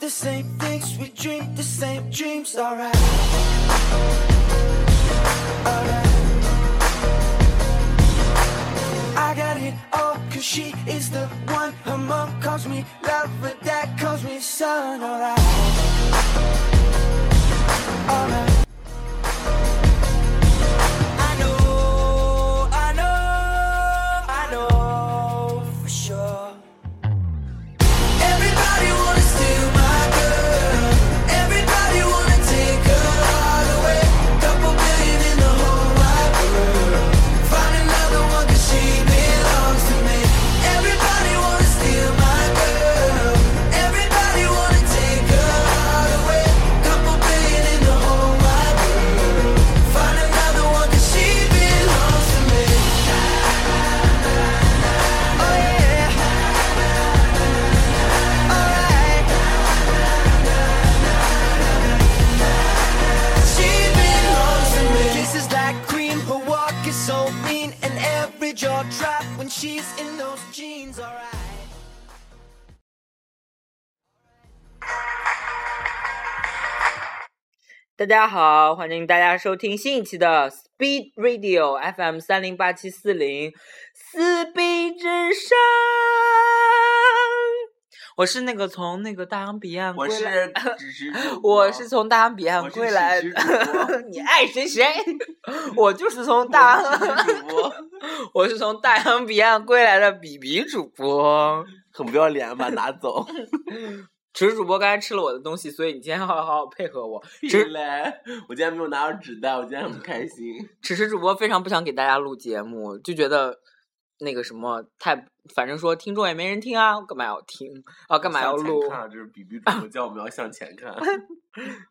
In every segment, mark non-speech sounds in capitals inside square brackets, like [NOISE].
the same things, we dream the same dreams, alright. Alright. I got it all, cause she is the one. Her mom calls me lover, dad calls me son, alright. Alright. I know, I know, I know for sure. Everybody wanna steal my girl. Everybody wanna take her all away. Couple million in the whole wide world. Find another one 'cause she belongs to me. Everybody wanna steal my girl. Everybody wanna take her all away. Couple billion in the whole wide world. Find another one 'cause she belongs to me. Oh yeah. Alright. She belongs to me. Kisses like cream, her walk is so mean, and every jaw drop when she's in those jeans. Alright. 大家好，欢迎大家收听新一期的 Speed Radio FM 三零八七四零，四壁之上。我是那个从那个大洋彼岸 [LAUGHS] 我归是来，只是主播我是从大洋彼岸我是归来喜剧主播的， [LAUGHS] 你爱谁谁，我就是从大我是喜剧主 [LAUGHS] 播，我是从大洋彼岸归来的比比主播。很不要脸吧？拿 [LAUGHS] 走，只是主播刚才吃了我的东西，所以你今天要好好配合我。直来！我今天没有拿到纸袋，我今天很开心。此时主播非常不想给大家录节目，就觉得那个什么太，反正说听众也没人听啊，干嘛要听啊？干嘛要向前录？看啊，这是比比主 [LAUGHS] 播叫我们要向前看。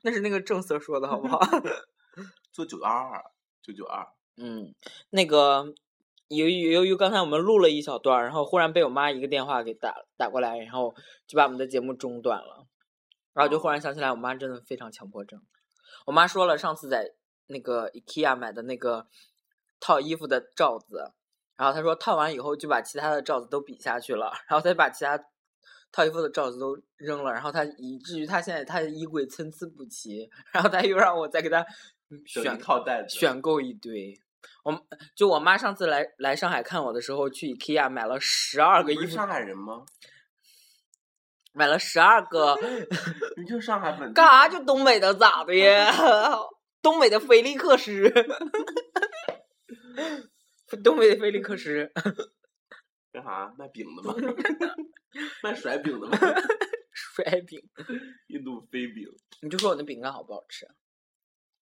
那是那个正 Sir 说的好不好？做九二二，九九二，嗯，那个由于由于刚才我们录了一小段儿，然后忽然被我妈一个电话给打打过来，然后就把我们的节目中断了，然后就忽哦然想起来，我妈真的非常强迫症。我妈说了，上次在那个 IKEA 买的那个套衣服的罩子，然后她说套完以后就把其他的罩子都比下去了，然后再把其他套衣服的罩子都扔了，然后她以至于她现在她的衣柜参差不齐，然后她又让我再给她选选一套袋子，选购一堆。我就我妈上次来来上海看我的时候，去 IKEA 买了十二个你不衣是服上，海人吗？买了十二 [LAUGHS] 个，你就是上海本地干啥？就东北的咋的呀？ [LAUGHS] 东北的菲力克斯， [LAUGHS] 东北的菲力克斯，干啥？卖饼的吗？ [LAUGHS] 卖甩饼的吗？ [LAUGHS] 甩饼。印度飞饼，你就说我那饼干好不好吃？啊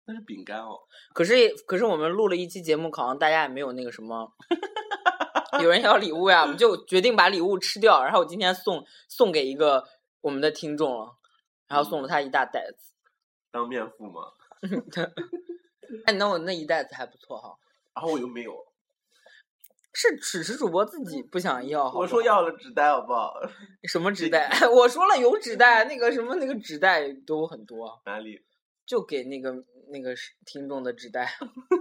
那是饼干哦。可是也可是我们录了一期节目，好像大家也没有那个什么， [LAUGHS] 有人要礼物呀，我们就决定把礼物吃掉。然后我今天送送给一个我们的听众了，然后送嗯了他一大袋子。当面付吗？哎，那我那一袋子还不错哈，然后我又没有，是此时主播自己不想要好不嗯好。我说要了纸袋好不好？什么纸这袋？我说了有纸袋，那个什么那个纸袋都很多，哪里？就给那个那个是听众的纸袋，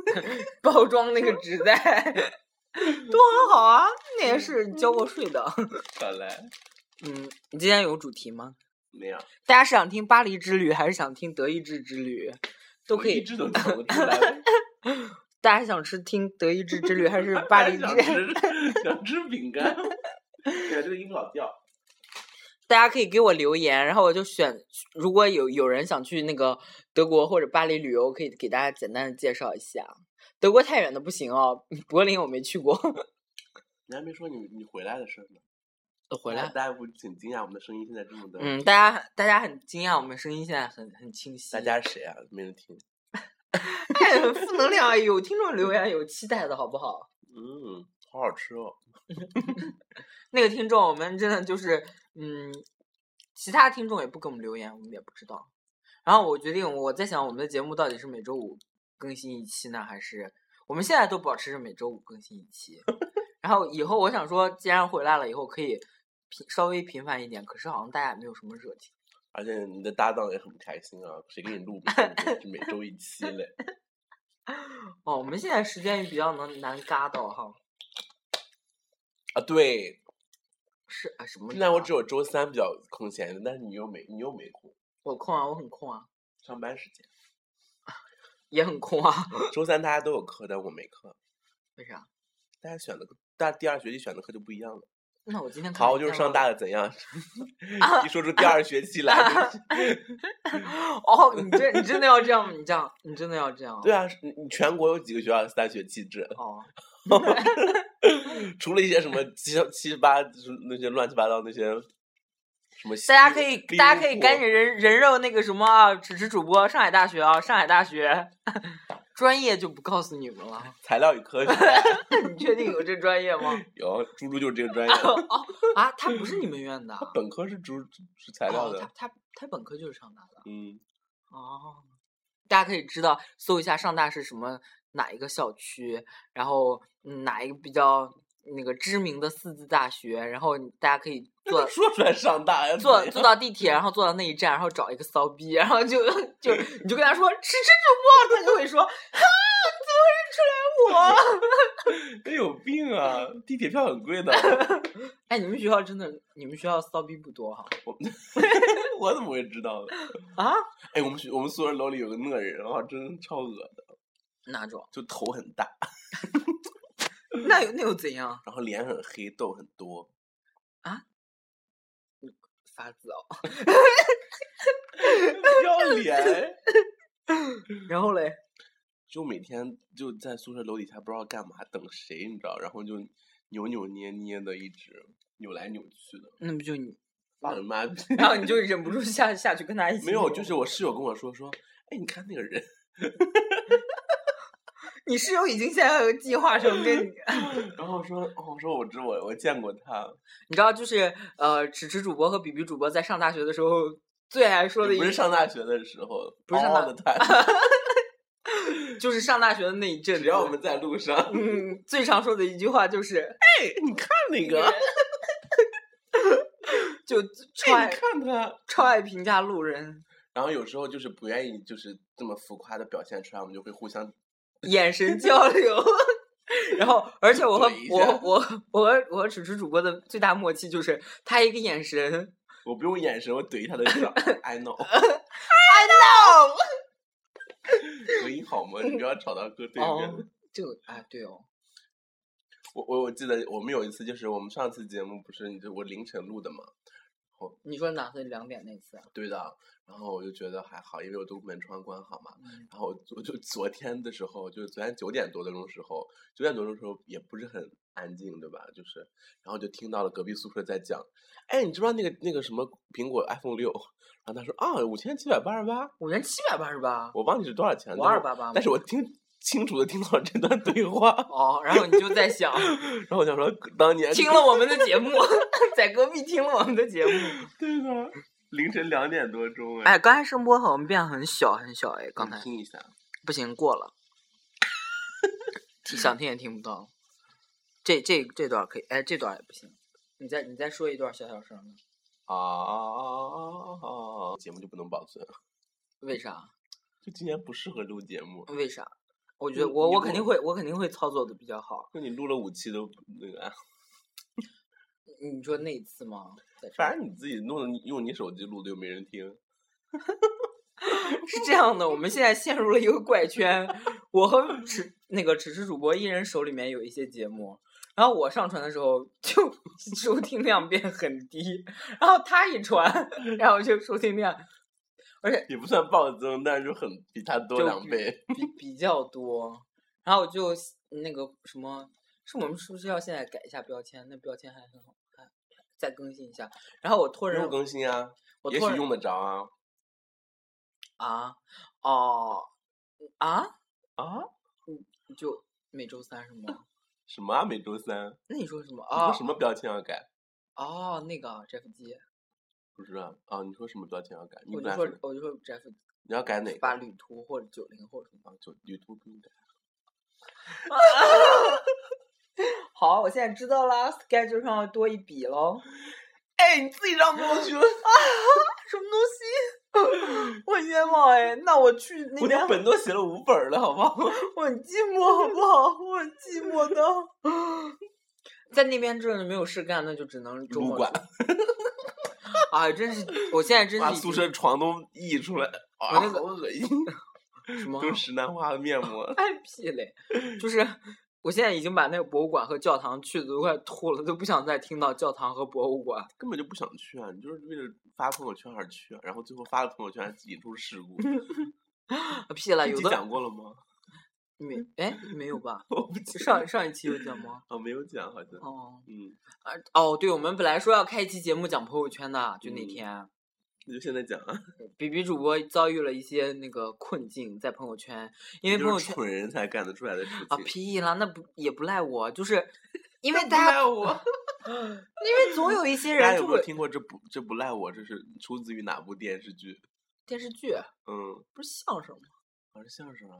[LAUGHS] 包装那个纸袋 [LAUGHS] 都很好啊，那也是交过税的。本来嗯，你今天有主题吗？那样。大家是想听巴黎之旅，还是想听德意志之旅？都我可一以。直 [LAUGHS] 都讲不出来。大家想吃听德意志之旅， [LAUGHS] 还是巴黎之？想吃 [LAUGHS] 想吃饼干，对，这个音老掉。大家可以给我留言，然后我就选。如果有有人想去那个德国或者巴黎旅游，可以给大家简单的介绍一下。德国太远的不行哦， [LAUGHS] 柏林我没去过。你还没说你你回来的事儿呢。啊回来，大家不挺惊讶我们的声音现在这么的？嗯，大家大家很惊讶，我们声音现在很很清晰。大家是谁啊？没人听。太负能量，有听众留言有期待的好不好？嗯，好好吃哦。那个听众，我们真的就是，嗯，其他听众也不给我们留言，我们也不知道。然后我决定，我在想，我们的节目到底是每周五更新一期呢，还是我们现在都保持着每周五更新一 [LAUGHS] 期？然后以后我想说，既然回来了，以后可以频稍微频繁一点。可是好像大家也没有什么热情。而且你的搭档也很不开心啊，谁给你录每周一期每周一期 [LAUGHS] 嘞？哦，我们现在时间也比较能难嘎到哈。啊，对，是啊，什么？现在我只有周三比较空闲，但是你又没你又没空，我空啊，我很空啊，上班时间。也很 [LAUGHS] 空啊。周三大家都有课，但我没课。为啥？大家选的大家第二学期选的课就不一样了。那我今天看好，我了一就是下上吧大的怎 [LAUGHS] 样？ [LAUGHS] 一说出第二学期来就是，哦，你这你真的要这样吗？你这样，你真的要这样？对啊，是你你全国有几个学校是三学期制？ [LAUGHS] 哦，除了一些什么七七八就是那些乱七八糟那些什么西，大家可以，利大物家可以浦赶紧人人肉那个什么啊，主持主播，上海大学啊，上海大学， [LAUGHS] 专业就不告诉你们了。 [LAUGHS] 材料与科学你确定有这专业吗？有猪猪就是这个专业， [LAUGHS] 哦哦啊，他不是你们院的啊，本科是猪是材料哦的，他他他本科就是上大的嗯，哦。大家可以知道搜一下上大是什么哪一个校区，然后嗯哪一个比较那个知名的四字大学，然后大家可以做说出来上大呀，坐怎样坐到地铁，然后坐到那一站，然后找一个骚逼，然后就就你就跟他说吃吃主播，他就会说哈，你怎么认出来我？ [LAUGHS] 真有病啊！地铁票很 [LAUGHS] 贵的，哎，你们学校真的，你们学校骚逼不多哈？我怎么会知道呢？啊？哎，我们学我们宿舍楼里有个那人，哇，真超恶的，哪种？就头很大，那又那又怎样？然后脸很黑，痘很多，法子哦。不 [LAUGHS] 要脸。然后嘞，就每天就在宿舍楼底下不知道干嘛，等谁你知道？然后就扭扭捏捏的，一直扭来扭去的。那不就你？我的妈！啊 [LAUGHS] 然后你就忍不住下下去跟他一 [LAUGHS] 起。没有，就是我室友跟我说说，哎，你看那个 [LAUGHS] 人，你室友已经现在有计划成跟你，然后我说，哦，我说我知我我见过他， [LAUGHS] 你知道就是呃，迟迟主播和比比主播在上大学的时候最爱说的也一不是上大学的时候，不是上大的他， [LAUGHS] 就是上大学的那一阵子，只要我们在路 [LAUGHS] 上，嗯，最常说的一句话就是，哎，你看那个， [LAUGHS] 就超哎，爱你看他。超爱评价路人，然后有时候就是不愿意，就是这么浮夸的表现出来，我们就会互相眼 [LAUGHS] 神交流。 [LAUGHS] 然后，而且我和怼一我下我我和我和主持主播的最大默契就是，他一个眼神我不用眼神，我怼他的 [LAUGHS] 知道 I know， ，no，隔音好吗？你不要吵到隔 [LAUGHS] 对面。哦，这个啊，对哦，我我我记得我们有一次就是我们上次节目不是你就我凌晨录的嘛，你说哪次两点那次啊？对的。然后我就觉得还好，因为我都门窗关好嘛。嗯然后我就我就昨天的时候，就是昨天九点多的钟时候，九点多钟时候也不是很安静，对吧？就是，然后就听到了隔壁宿舍在讲，哎，你知不知道那个那个什么苹果 iPhone 六？然后他说啊，五千七百八十八，五千七百八十八，我忘记是多少钱，五但是二我八八吗嗯但是我听清楚的听到了这段对话， [LAUGHS] 哦，然后你就在想，然后我想说，当年听了我们的节目， [LAUGHS] 在隔壁听了我们的节目。 [LAUGHS] 对的，凌晨两点多钟哎。哎，刚才声波好像变很小很小哎，刚你才听一下，不行，过了，听想听也听不到。这这这段可以，哎，这段也不行。你再你再说一段小小声的，啊，节目就不能保存，为啥？就今年不适合录节目。为啥？我觉得你我你我不肯定会我肯定会操作的比较好。那你录了五期都那个啊，你说那一次吗？在这反儿正你自己弄的，你用你手机录的又没人听。是这样的，我们现在陷入了一个怪圈。我和只那个只是主播一人手里面有一些节目，然后我上传的时候就 [LAUGHS] 收听量变很低，然后他一传，然后就收听量也不算暴增，但是就很比他多就两比倍。比比较多，然后我就那个什么，是我们是不是要现在改一下标签？那标签还很好看，再更新一下。然后我托不人用，更新啊，我也托许人用得着啊啊，哦，啊，啊！就每周三是吗？什么啊？每周三？那你说什么你说啊什？么标签要改？哦，那个 Jeff 基，不知道啊？你说什么标签要改？你我本就来说说我就说 Jeff 你要改哪把个？旅途或者九零后什么的。啊，就旅途不用改。好，我现在知道啦 s c h e d u l e 上要多一笔喽。哎，你自己让朋友圈，什么东西？我 [LAUGHS] 冤枉哎！那我去那我边连本都写了五本儿了，好不好？我很寂寞，好不好？我很寂寞的。 [LAUGHS] 在那边真的没有事干，那就只能周撸末管出去。啊，真是，我现在真把是已宿经舍床都溢出来，啊，那个好恶 [LAUGHS] 心，什么。都是石楠花的面膜太屁嘞，就是我现在已经把那个博物馆和教堂去的都快吐了，都不想再听到教堂和博物馆。根本就不想去啊！你就是为了发朋友圈而去、啊，然后最后发了朋友圈还引出事 [LAUGHS] 故。啊屁了，这有期的讲过了吗？没哎没有吧？我不记得上上一期有讲吗？哦，没有讲，好像。哦，嗯，啊哦，对，我们本来说要开一期节目讲朋友圈的，就那嗯天那就现在讲啊，比比主播遭遇了一些那个困境，在朋友圈，因为朋就友是圈蠢人才干得出来的事情。啊屁啦，那不也不赖我，就是因为不大赖家我，因为总有一些大家有人就没有会听过这不这不赖我？这是出自于哪部电视剧？电视剧嗯，不是相声吗？好像相声啊，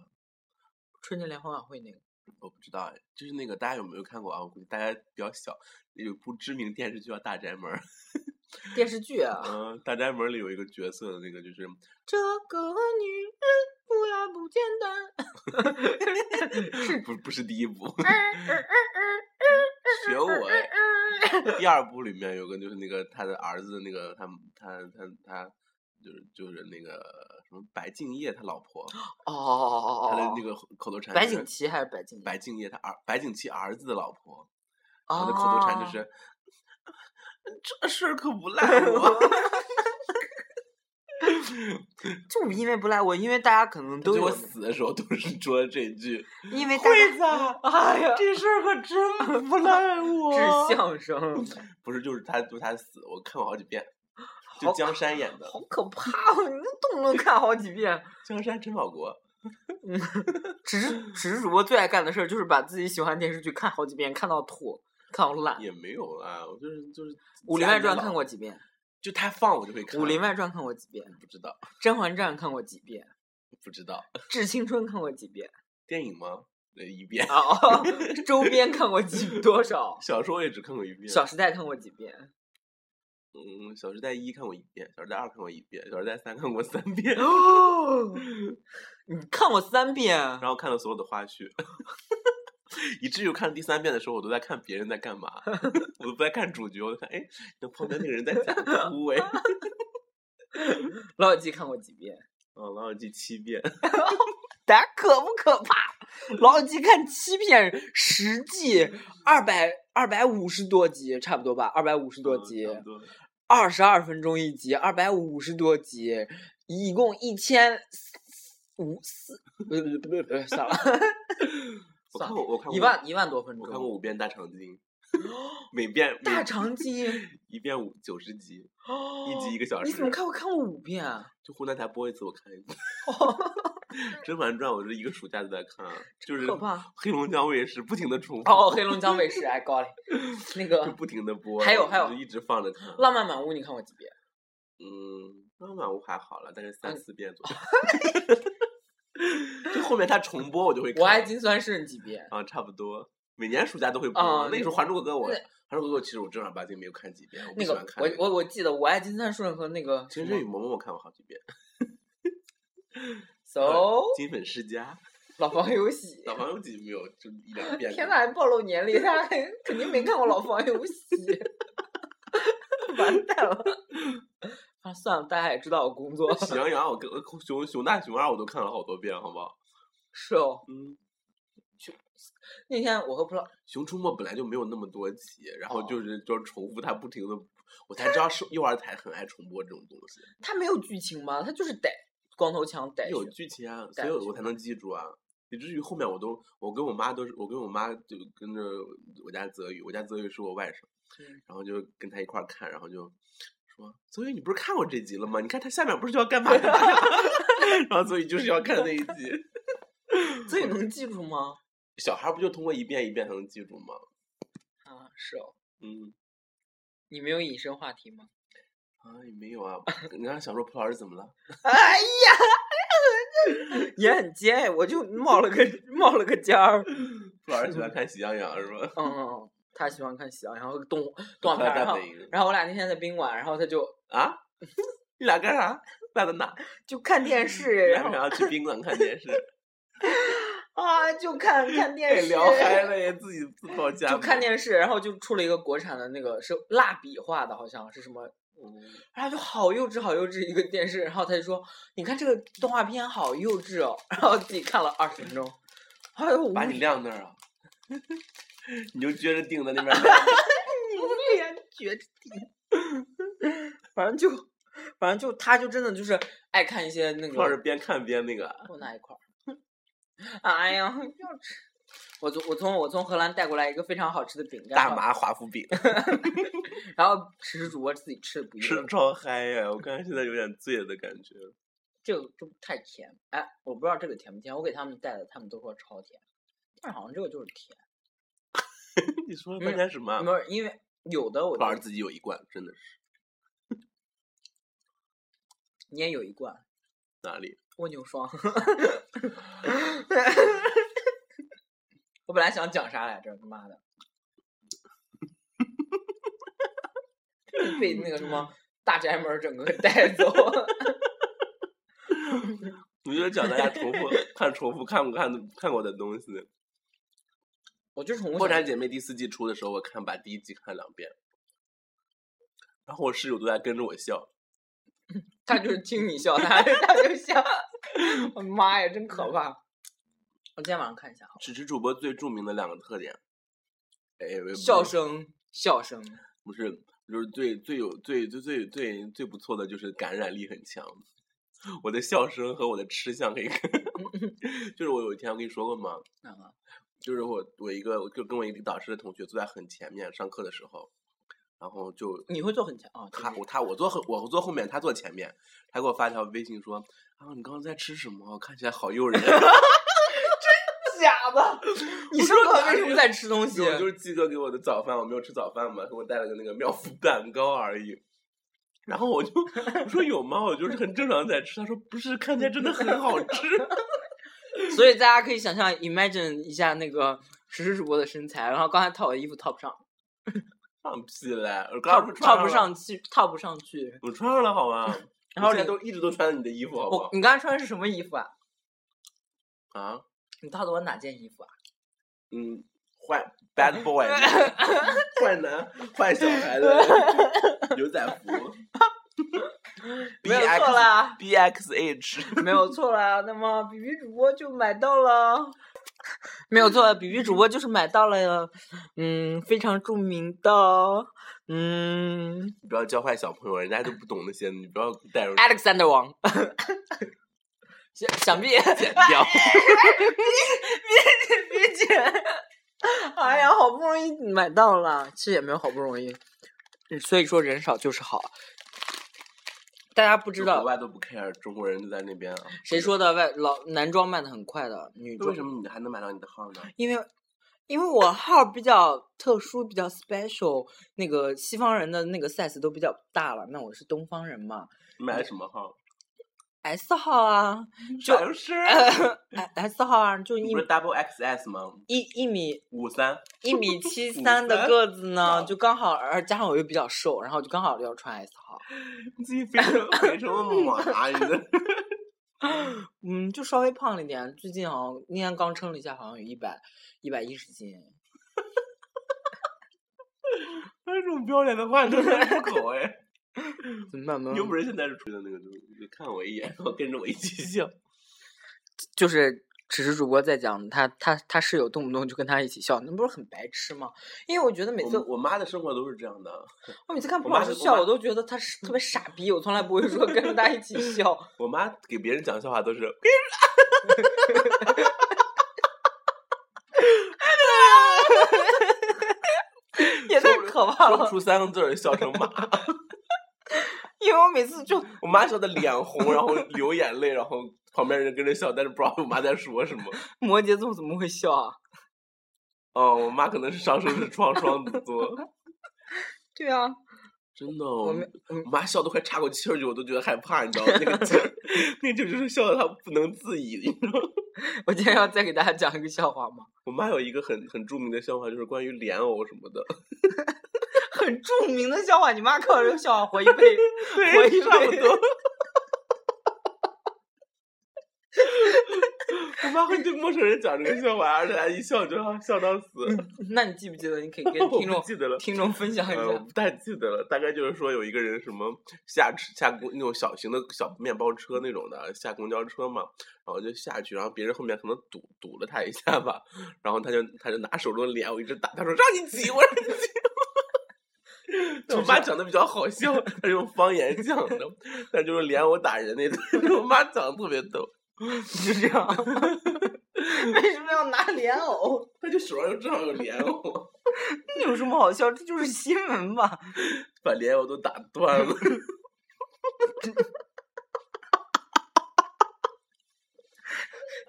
春节联欢晚会那个。我不知道哎，就是那个大家有没有看过啊？我估计大家比较小，有部知名电视剧叫《大宅门》。电视剧啊，嗯，《大宅门》里有一个角色，那个就是这个女人不要不简单，是不不是第一部，嗯学我哎。第二部里面有个就是那个他的儿子，那个他他他他就是就是那个什么白敬业他老婆，哦哦哦他哦的那哦，个口头禅白就是景琦还是白敬？白敬业他儿白景琦儿子的老婆，哦，他的口头禅就是。这事儿可不赖 [LAUGHS] 我， [LAUGHS] 就因为不赖我，因为大家可能都就有我那，死的时候都是说这句。因为大家子啊， [LAUGHS] 哎呀，这事儿可真不赖我是相声，不是，就是他，就是他死，我看过好几 [LAUGHS] 遍，就好江山演的， [LAUGHS] 好可怕哦！你动不动看好几遍。江山陈宝国。只是只是主播最爱干的事儿就是把自己喜欢电视剧看好几遍，看到吐，看到烂。《也没有啦，我就是就是《武林外传》看过，几遍，就他放我就会《看。武林外传》看过几遍，《不知道甄嬛传》看过几遍，不知道《致青春》看过几遍 [LAUGHS] 电影吗？呃，一遍。啊、哦， [LAUGHS] 周边看过几多 [LAUGHS] 少，小说我也只看过一遍。 《小时代》看过几遍，嗯，《小时代一》看过一遍，《小时代二》看过一遍，《小时代三》看过三遍， [LAUGHS] 哦， [LAUGHS] 你看过三遍，然后看了所有的花絮， [LAUGHS] 以至于我看第三遍的时候，我都在看别人在干嘛， [LAUGHS] 我都不在看主角，我就看哎，那旁边那个人在讲哎枯 [LAUGHS] 萎。老友记看过几遍，嗯，《老友记》七遍，大家可不可怕？老友记看七遍，十季二百二百五十多集，差不多吧，二百五十多嗯集，差不多二十二分钟一集，二百五十多集，一共一千五四，不不不不不，算了，我算看了过，我看过 [LAUGHS] 一万一万多分我钟。看过五遍大长今， [LAUGHS] 每遍每大长今，一遍五九十集，一集一个小哦你怎么时看我看过五遍啊？就湖南台播一次我看一次。哦《 [LAUGHS] 甄嬛传》我这一个暑假都在看啊，就是可怕黑龙江卫视不停的重哦，播，黑龙江卫视，哎，高嘞，那就个不停的播，还有我还有就一直放着看。 《浪漫满屋》，你看过几遍？嗯，浪漫我还好了，大概三嗯四遍左右。 [LAUGHS] [LAUGHS] 就后面它重播我就会看，我爱金酸是几遍？啊，差不多，每年暑假都会播。啊那时候《还珠格格》我，那《还珠格格》其实我正儿八经没有看几遍，我不那喜个欢看我那个。我我记得《我爱金三顺》和那个《青什春么与萌萌》我看过好几遍， So 《金粉世家》老房有喜。老朋友几没有，就一两遍。天呐，还暴露年龄，他肯肯定没看过《老房有喜》，完蛋了。啊，算了，大家也知道我 [LAUGHS] 工作喜羊羊，我跟我熊熊大熊二我都看了好多遍，好不好？是哦。嗯，那天我和普老熊出没本来就没有那么多集，然后就是就是重复它不停的，我才知道是幼儿台很爱重播这种东西，他没有剧情吗？他就是逮光头强逮有熊剧情啊，所带以去我才能记住啊。以至于后面我都，我跟我妈都是，我跟我妈就跟着我家泽宇，我家泽宇是我外甥，嗯然后就跟他一块儿看，然后就说：“泽宇，你不是看过这集了吗？你看他下面不是就要干嘛干嘛干嘛？” [LAUGHS] 然后泽宇就是要看那一集。所以能记住吗？小孩儿不就通过一遍一遍才能记住吗？啊，是哦。嗯，你没有引申话题吗？啊也没有啊。你刚才想说蒲老师怎么了？哎呀， [LAUGHS] 也很尖，我就冒了个冒了个 [LAUGHS] 尖儿。蒲老师喜欢看《喜羊羊》是吧？嗯嗯，嗯他喜欢看喜羊羊和动动画他片儿，然大后本营然后我俩那天在宾馆，然后他就 [LAUGHS] 啊？你俩干啥？俩在哪？就看电你视，俩然为后啥要去宾馆看电视？啊，啊，就看看电被视，哎聊嗨了也自己自报家就门。看电视，然后就出了一个国产的那个是蜡笔画的，好像是什么，嗯然后就好幼稚好幼稚一个电视，然后他就说，你看这个动画片好幼稚哦， [LAUGHS] 然后自己看了二十分钟，哎呦，无把你语晾那儿 [LAUGHS] 啊，你就撅着腚在那边晾。无脸绝顶， [LAUGHS] 反正就反正就他就真的就是爱看一些那 [LAUGHS] 主要是个边看边那个，我那一块儿，哎呀，幼稚。我从我从我从荷兰带过来一个非常好吃的饼干，大麻华夫 [LAUGHS] 饼然后只是主播自己吃的不一吃的超嗨呀！我刚才现在有点醉的感觉。 [LAUGHS] 这个就太甜，哎，我不知道这个甜不甜，我给他们带的，他们都说超甜，但是好像这个就是甜，你说嗯半天什么啊？不是因为有的我老觉儿得自己有一罐，真的是你也有一罐哪里？蜗牛霜，我本来想讲啥来着，妈的，被那个什么大宅门儿整个带走，我就是讲大家重 [LAUGHS] 复看重复看不看看过的东西。我就宠《物破小产姐妹》第四季出的时候，我看把第一季看两遍，然后我室友都在跟着我笑。他就是听你笑，他他就笑，我妈呀，真可怕！我今天晚上看一下啊，主持主播最著名的两个特点，哎，不笑是声，笑声，不是，就是最最有最最最最最不错的就是感染力很强。 [LAUGHS] 我的笑声和我的吃相可以跟， [LAUGHS] 就是我有一天我跟你说过吗？那个就是我我一个我就跟我一个导师的同学坐在很前面上课的时候，然后就你会做很强啊？就他是我他我坐后我坐后面，他坐前面，他给我发条微信说啊，你刚刚在吃什么？看起来好诱 [LAUGHS] 人。啊假的？你我上说课哪为什里么在吃东西？我就是鸡哥给我的早饭，我没有吃早饭嘛，给我带了个那个妙芙蛋糕而已。然后我就我说有吗？我就是很正常在吃。他说不是，看起来真的很好吃。 [LAUGHS] 所以大家可以想象，imagine 一下那个实时主播的身材，然后刚才套我的衣服套不上，放屁嘞！我刚刚不套是穿套了不吗，上去，套不上去。我穿上了好吗？然后我现在你都一直都穿着你的衣服，好不我好？你刚才穿的是什么衣服啊？啊，你套的我哪件衣服啊？，嗯，坏 bad boy，坏男坏小孩的牛仔服没有错 [LAUGHS] 啦 B X H，没有错啦，那么比比主播就买到了，没有错，比比主播就是买到了，嗯，非常著名的，嗯你不要教坏小朋友，人家都不懂那些，你不要带入，Alexander [LAUGHS] 王，想想必剪掉 [LAUGHS] 哎嗯别别剪，哎呀，好不容易买到了，其实也没有好不容易，嗯所以说人少就是好，啊大家不知就道国外都不 care，中国人就在那边啊。谁说的外老男装卖的很快的，女那装为什么你还能买到你的号呢？因为因为我号比较特殊，比较 special，那个西方人的那个 size 都比较大了，那我是东方人嘛你买的什么 [LAUGHS] 号？ ，S 号啊就啥就是， ，S 号啊，就一 [LAUGHS] 你不是 double X S 吗？一一米五三，一米七五三的三哦个子呢，哇就刚好，而加上我又比较瘦，然后就刚好要穿 S 号， [LAUGHS] 你自己肥成肥成 [LAUGHS] 马，你的嗯，就稍微胖了一点，最近好像那天刚称了一下，好像有一百一百一十斤，那哎种不要脸的话你都说出口 [LAUGHS] 哎。怎么办？没嗯你又有不是现在是吹的那个东西，你看我一眼，然后跟着我一 [LAUGHS] 起笑。就是只是主播在讲他他他室友动不动就跟他一起笑，那不是很白痴吗？因为我觉得每我次们我妈的生活都是这样的，我每次看蒲我妈老师是我嗯笑，妈我都觉得他是特别傻逼，我从来不会说跟着他一起笑。 [LAUGHS] 我妈给别人讲笑 [LAUGHS] 话都是，也太可怕说不 [LAUGHS] 了，出三个字儿，笑成马。因为我每次就我妈笑得脸红，然后流眼泪，然后旁边人跟着笑，但是不知道我妈在说什么。摩羯座怎么会笑啊？哦，我妈可能是上升是双双子座，对啊，真的，我我们我妈笑得快岔口气儿去，我都觉得害怕，你知道吗？那个 [LAUGHS] 劲儿，那劲儿就是笑得她不能自已，你知道吗？我今天要再给大家讲一个笑话吗？我妈有一个很很著名的笑话，就是关于莲藕什么的。很著名的笑话，你妈看我这个笑话活一 [LAUGHS] 辈子。我一差不辈多。妈会对陌生人讲这个笑话，而且还一笑就要笑到死。 [LAUGHS] 那你记不记得？你可以嗯 [LAUGHS] 跟 [LAUGHS] 我不听众记得了听众分享一呃，我下。不太记得了，大概就是说有一个人什么下吃下公那种小型的小面包车那种的下公交车嘛，然后就下去，然后别人后面可能堵堵了他一下吧，然后他就他就拿手中的脸我一直打，他说让你挤，我让你挤。我妈讲的比较好笑，她是用方言讲的，但就是连我打人那段， [LAUGHS] 我妈讲的特别逗。就这样。 [LAUGHS] 为什么要拿莲藕？她就手上又正好有莲藕，那 [LAUGHS] 有什么好笑？这就是新闻吧？把莲藕都打断了。 [LAUGHS]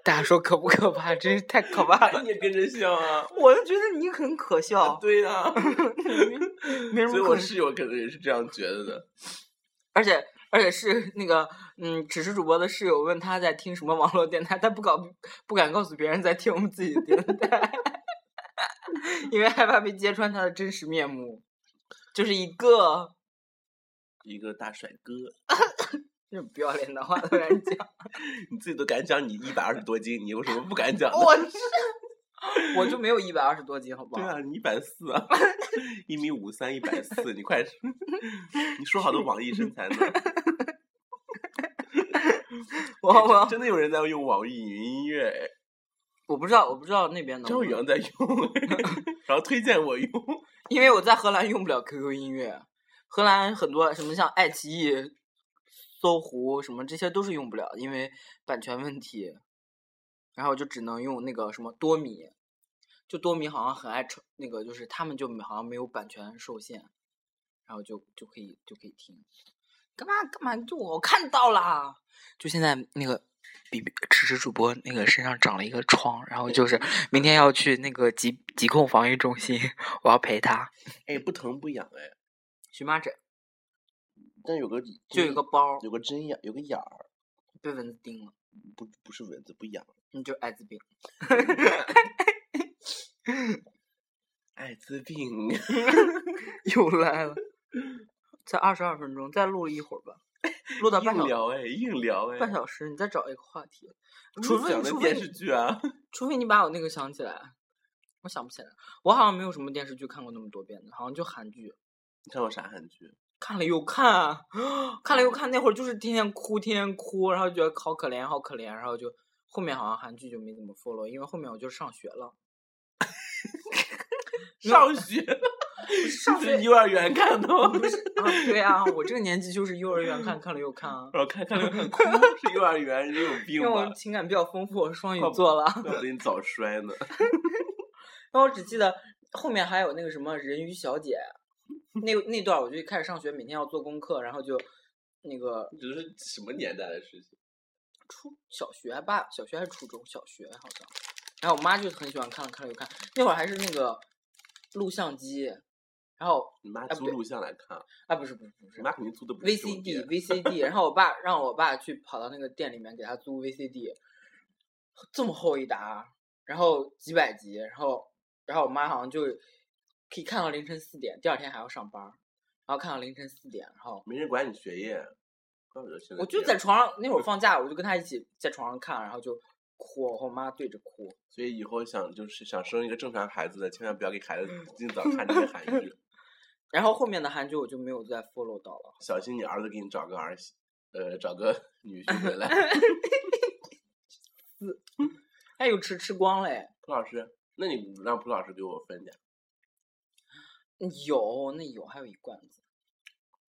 大家说可不可怕？真是太可怕了！你也跟着笑啊？ [LAUGHS] 我就觉得你很可笑，对啊呀、 [LAUGHS] 没什所以么可我。室友可能也是这样觉得的。而且而且是那个嗯，只是主播的室友问他在听什么网络电台，他不搞不敢告诉别人在听我们自己的电台， [LAUGHS] 因为害怕被揭穿他的真实面目，就是一个。一个大帅哥，这种不要脸的话突然讲，你自己都敢讲你一百二十多斤，你为什么不敢讲呢？我 [LAUGHS] 我就没有一百二十多斤，好不对好？啊，你一百四 [LAUGHS] 啊，一米五三，一百四，你快，你说好的网易身 [LAUGHS] 材呢？我我真的有人在用网易云音乐，哎 [LAUGHS] 我不知道，我不知道那边能张不宇能，阳在 [LAUGHS] 用，然后推荐我用。因为我在荷兰用不了 QQ 音乐，荷兰很多什么像爱奇艺、搜狐什么这些都是用不了的，因为版权问题。然后就只能用那个什么多米，就多米好像很爱炒那个，就是他们就好像没有版权受限，然后就就可以就可以听。干嘛干嘛？就我看到啦，就现在那个比比迟迟主播那个身上长了一个疮，然后就是明天要去那个疾疾控防御中心，我要陪他 [LAUGHS] 哎，不疼不痒哎，荨麻疹，但有个就有一个包儿有个针眼，有个眼儿，被蚊子叮了，不不是蚊子，不痒，你就艾滋病。 [LAUGHS] 艾滋病。 [LAUGHS] 又来了， [LAUGHS] 才二十二分钟，再录了一会儿吧，录到半硬小聊哎，硬聊哎，半小时，你再找一个话题，你除非讲的除非电你视剧啊。 [LAUGHS] 除非你把我那个想起来，我想不起来，我好像没有什么电视剧看过那么多遍的，好像就韩剧。你看过啥韩剧？看了又看 [GASPS] 啊，看了又看，那会儿就是天天哭，天天哭，然后觉得好可怜，好可怜，然后就后面好像韩剧就没怎么 follow，因为后面我就上学了，上学，上是学幼儿园看的吗，不是啊，对啊，我这个年纪就是幼儿园看，看了又看 [LAUGHS] 啊，然后看看了看哭，是幼儿园人有因病为我吧？情感比较丰富，我是双鱼怪不座了， [LAUGHS] 怪不得你早摔呢。 [LAUGHS] 然后我只记得后面还有那个什么人鱼小姐，那那段我就开始上学，每天要做功课，然后就那个这是什么年代的事情？初小学吧，小学还是初中？小学好像。然后我妈就很喜欢看，看了又看。那会儿还是那个录像机，然后你妈不租对录像来看，啊不是不是不你是妈肯定租的不是啊这种店 VCD VCD，然后我爸让我爸去跑到那个店里面给他租 VCD，这么厚一沓，然后几百集，然后然后我妈好像就可以看到凌晨四点，第二天还要上班儿，然后看到凌晨四点，然后没人管你学业。啊怪不得现我这就样在，床上那嗯会儿放假，我就跟他一起在床上看，然后就哭，我和我妈对着哭。所以以后想就是想生一个正常孩子的，千万不要给孩子嗯尽早看这些韩 [LAUGHS] 剧，然后后面的韩剧我就没有再 follow 到了。小心你儿子给你找个儿媳，呃，找个 [LAUGHS] 女婿回来。 [LAUGHS] 哎呦，吃吃光嘞！蒲老师，那你让蒲老师给我分点。有那有，还有一罐子。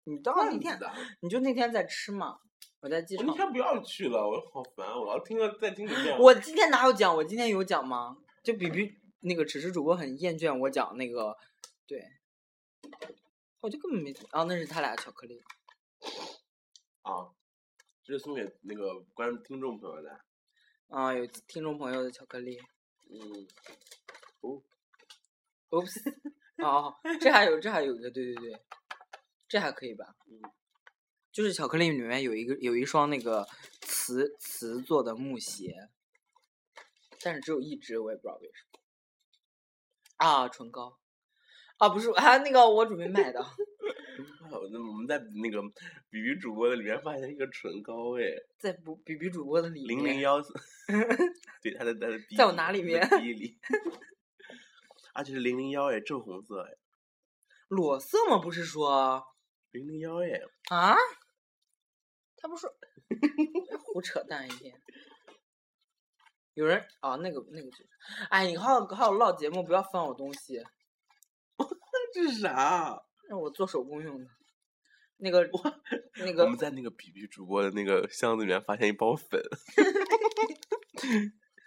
你到那哦天的。你就那天在吃嘛，我在机我场那。天不要去了，我好烦，我要听了再听一遍。我今天哪有讲？我今天有讲吗？就比比那个只是主播很厌倦我讲那个，对，我就根本没怎么。哦，那是他俩巧克力，啊，这是送给那个观听众朋友的。啊、有听众朋友的巧克力。嗯， Oops，哦， [LAUGHS] 这还有这还有一个，对对对，这还可以吧？就是巧克力里面有一个有一双那个瓷瓷做的木鞋，但是只有一只，我也不知道为什么。啊，唇膏，啊不是，啊那个我准备买的，好，那我们在那个比比主播的里面发现一个唇膏，哎，在不比比主播的里面，零零幺， [LAUGHS] 对，它的它的鼻，在我哪里面？鼻里， [LAUGHS] 而且是零零幺，哎，正红色，哎，裸色吗？不是说零零幺，哎，啊？他不是胡扯淡一天。有人啊、那个那个就是，哎，你还有还有唠节目，不要翻我东西，这是啥？啊让我做手工用的。那个那我个们在那个比比主播的那个箱子里面发现一包 [LAUGHS] 粉，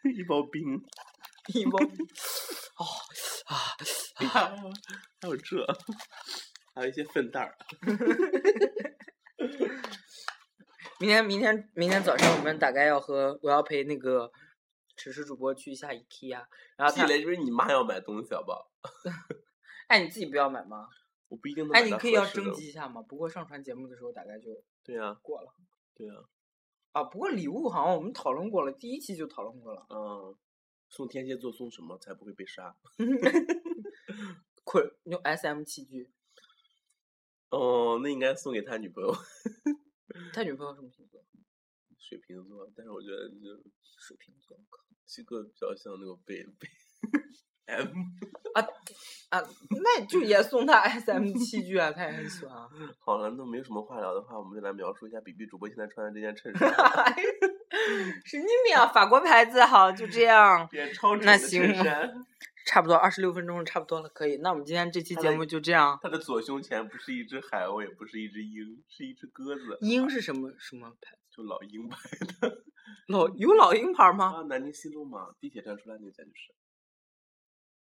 [LAUGHS] 一包冰，一包，哦啊，哎呀， [LAUGHS] 还有这， [LAUGHS] 还有一些粪蛋儿。明天明天明天早上我们大概要和我要陪那个只是主播去一下 IKEA，然后寄他来就是你妈要买东西好不好？哎你自己不要买吗？我不一定能哎买你到可以合要适的征集一下嘛，不过上传节目的时候大概就对呀、过了对呀、啊。不过礼物好像我们讨论过了，第一期就讨论过了，嗯，送天蝎座送什么才不会被杀？捆用 SM 器具，哦，那应该送给他女朋友，他女朋友什么星座？水瓶座。但是我觉得就水瓶座。我靠这个比较像那个被被 M 啊，那就也送他 SM 器具啊，他也很喜欢啊。好了，那没什么话聊的话，我们就来描述一下比比主播现在穿的这件衬 [LAUGHS] 衫， [LAUGHS] 神经病啊，法国牌子好，就这样，变超准的那衬行啊衫。差不多二十六分钟了，差不多了，可以。那我们今天这期他节的目就这样。他的左胸前不是一只海鸥，也不是一只鹰，是一只鸽子，鹰是什么什么牌？就老鹰吧。老有老鹰牌吗？啊，南京西路嘛，地铁站出来那家就是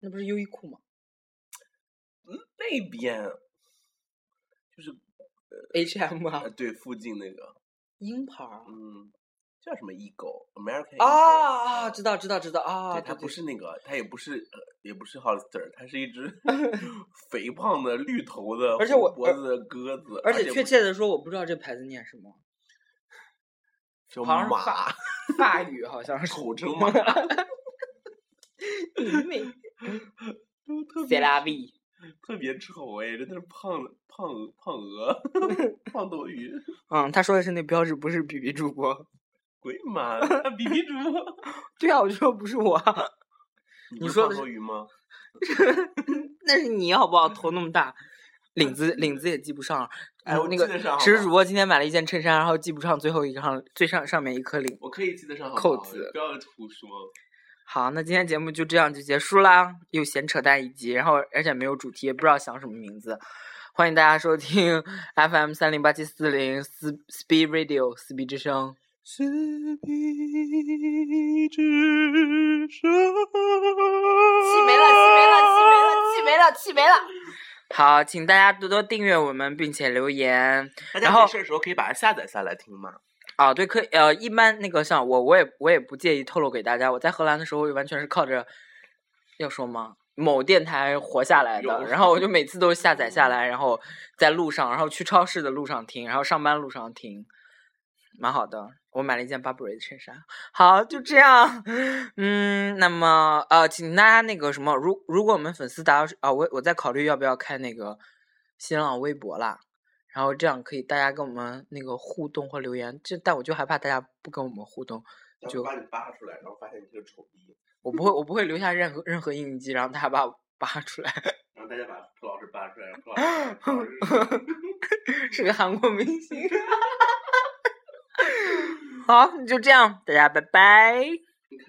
那不是优衣库吗那边，就是？H&M 啊啊，，对，附近那个，鹰牌儿啊嗯，叫什么 Eagle American 啊，啊 Eagle 知道知道知道啊，对，对它对不对是那个，它也不是，呃，也不是 Hollister，它是一只 [LAUGHS] [LAUGHS] 肥胖的绿头的，而且红我脖而子的鸽子，而且不确是切的说，我不知道这牌子念什 [LAUGHS] 么，叫好像是马，法语好像是。口称 [LAUGHS] 马，都特塞别拉维，特别丑哎，真的是胖了胖鹅胖 [LAUGHS] 鹅胖斗鱼， [LAUGHS] 嗯，他说的是那标志，不是 B B 主播。鬼马的比 [LAUGHS] 比主播，对啊，我就说不是我，你不是说胖的是斗鱼吗？ [LAUGHS] 那是你好不好？头那么大， [LAUGHS] 领子领子也系不上。哎然后我那记个得上好只吧是主播今天买了一件衬衫，然后系不上最后一上最上上面一颗领。我可以记得上好不扣好子不要胡说。好，那今天节目就这样就结束啦，又闲扯淡一集，然后而且没有主题，也不知道想什么名字。欢迎大家收听 [LAUGHS] FM 三零八七四零四 Speed Radio 四 B 之声。四壁之上，气没了，气没了，气没了，气没了，气没了。好，请大家多多订阅我们，并且留言。大然家后没事的时候可以把它下载下来听嘛。啊，对，可以呃，一般那个像我，我也我也不介意透露给大家，我在荷兰的时候完全是靠着，要说吗？某电台活下来的，有然后我就每次都下载下来，然后在路上，然后去超市的路上听，然后上班路上听，蛮好的。我买了一件巴布瑞的衬衫，好，就这样。 [LAUGHS] 嗯，那么呃，请大家那个什么，如如果我们粉丝达到啊、我我在考虑要不要开那个新浪微博啦，然后这样可以大家跟我们那个互动或留言，这但我就害怕大家不跟我们互动，然后就把你扒出来，然后发现你是个丑逼，我不会我不会留下任何任何印记，让大家把我扒出来。然后大家把蒲老师扒出来，然后蒲老 [LAUGHS] 师蒲老师是个韩国明星。 [LAUGHS] 好，就这样，大家拜拜。你看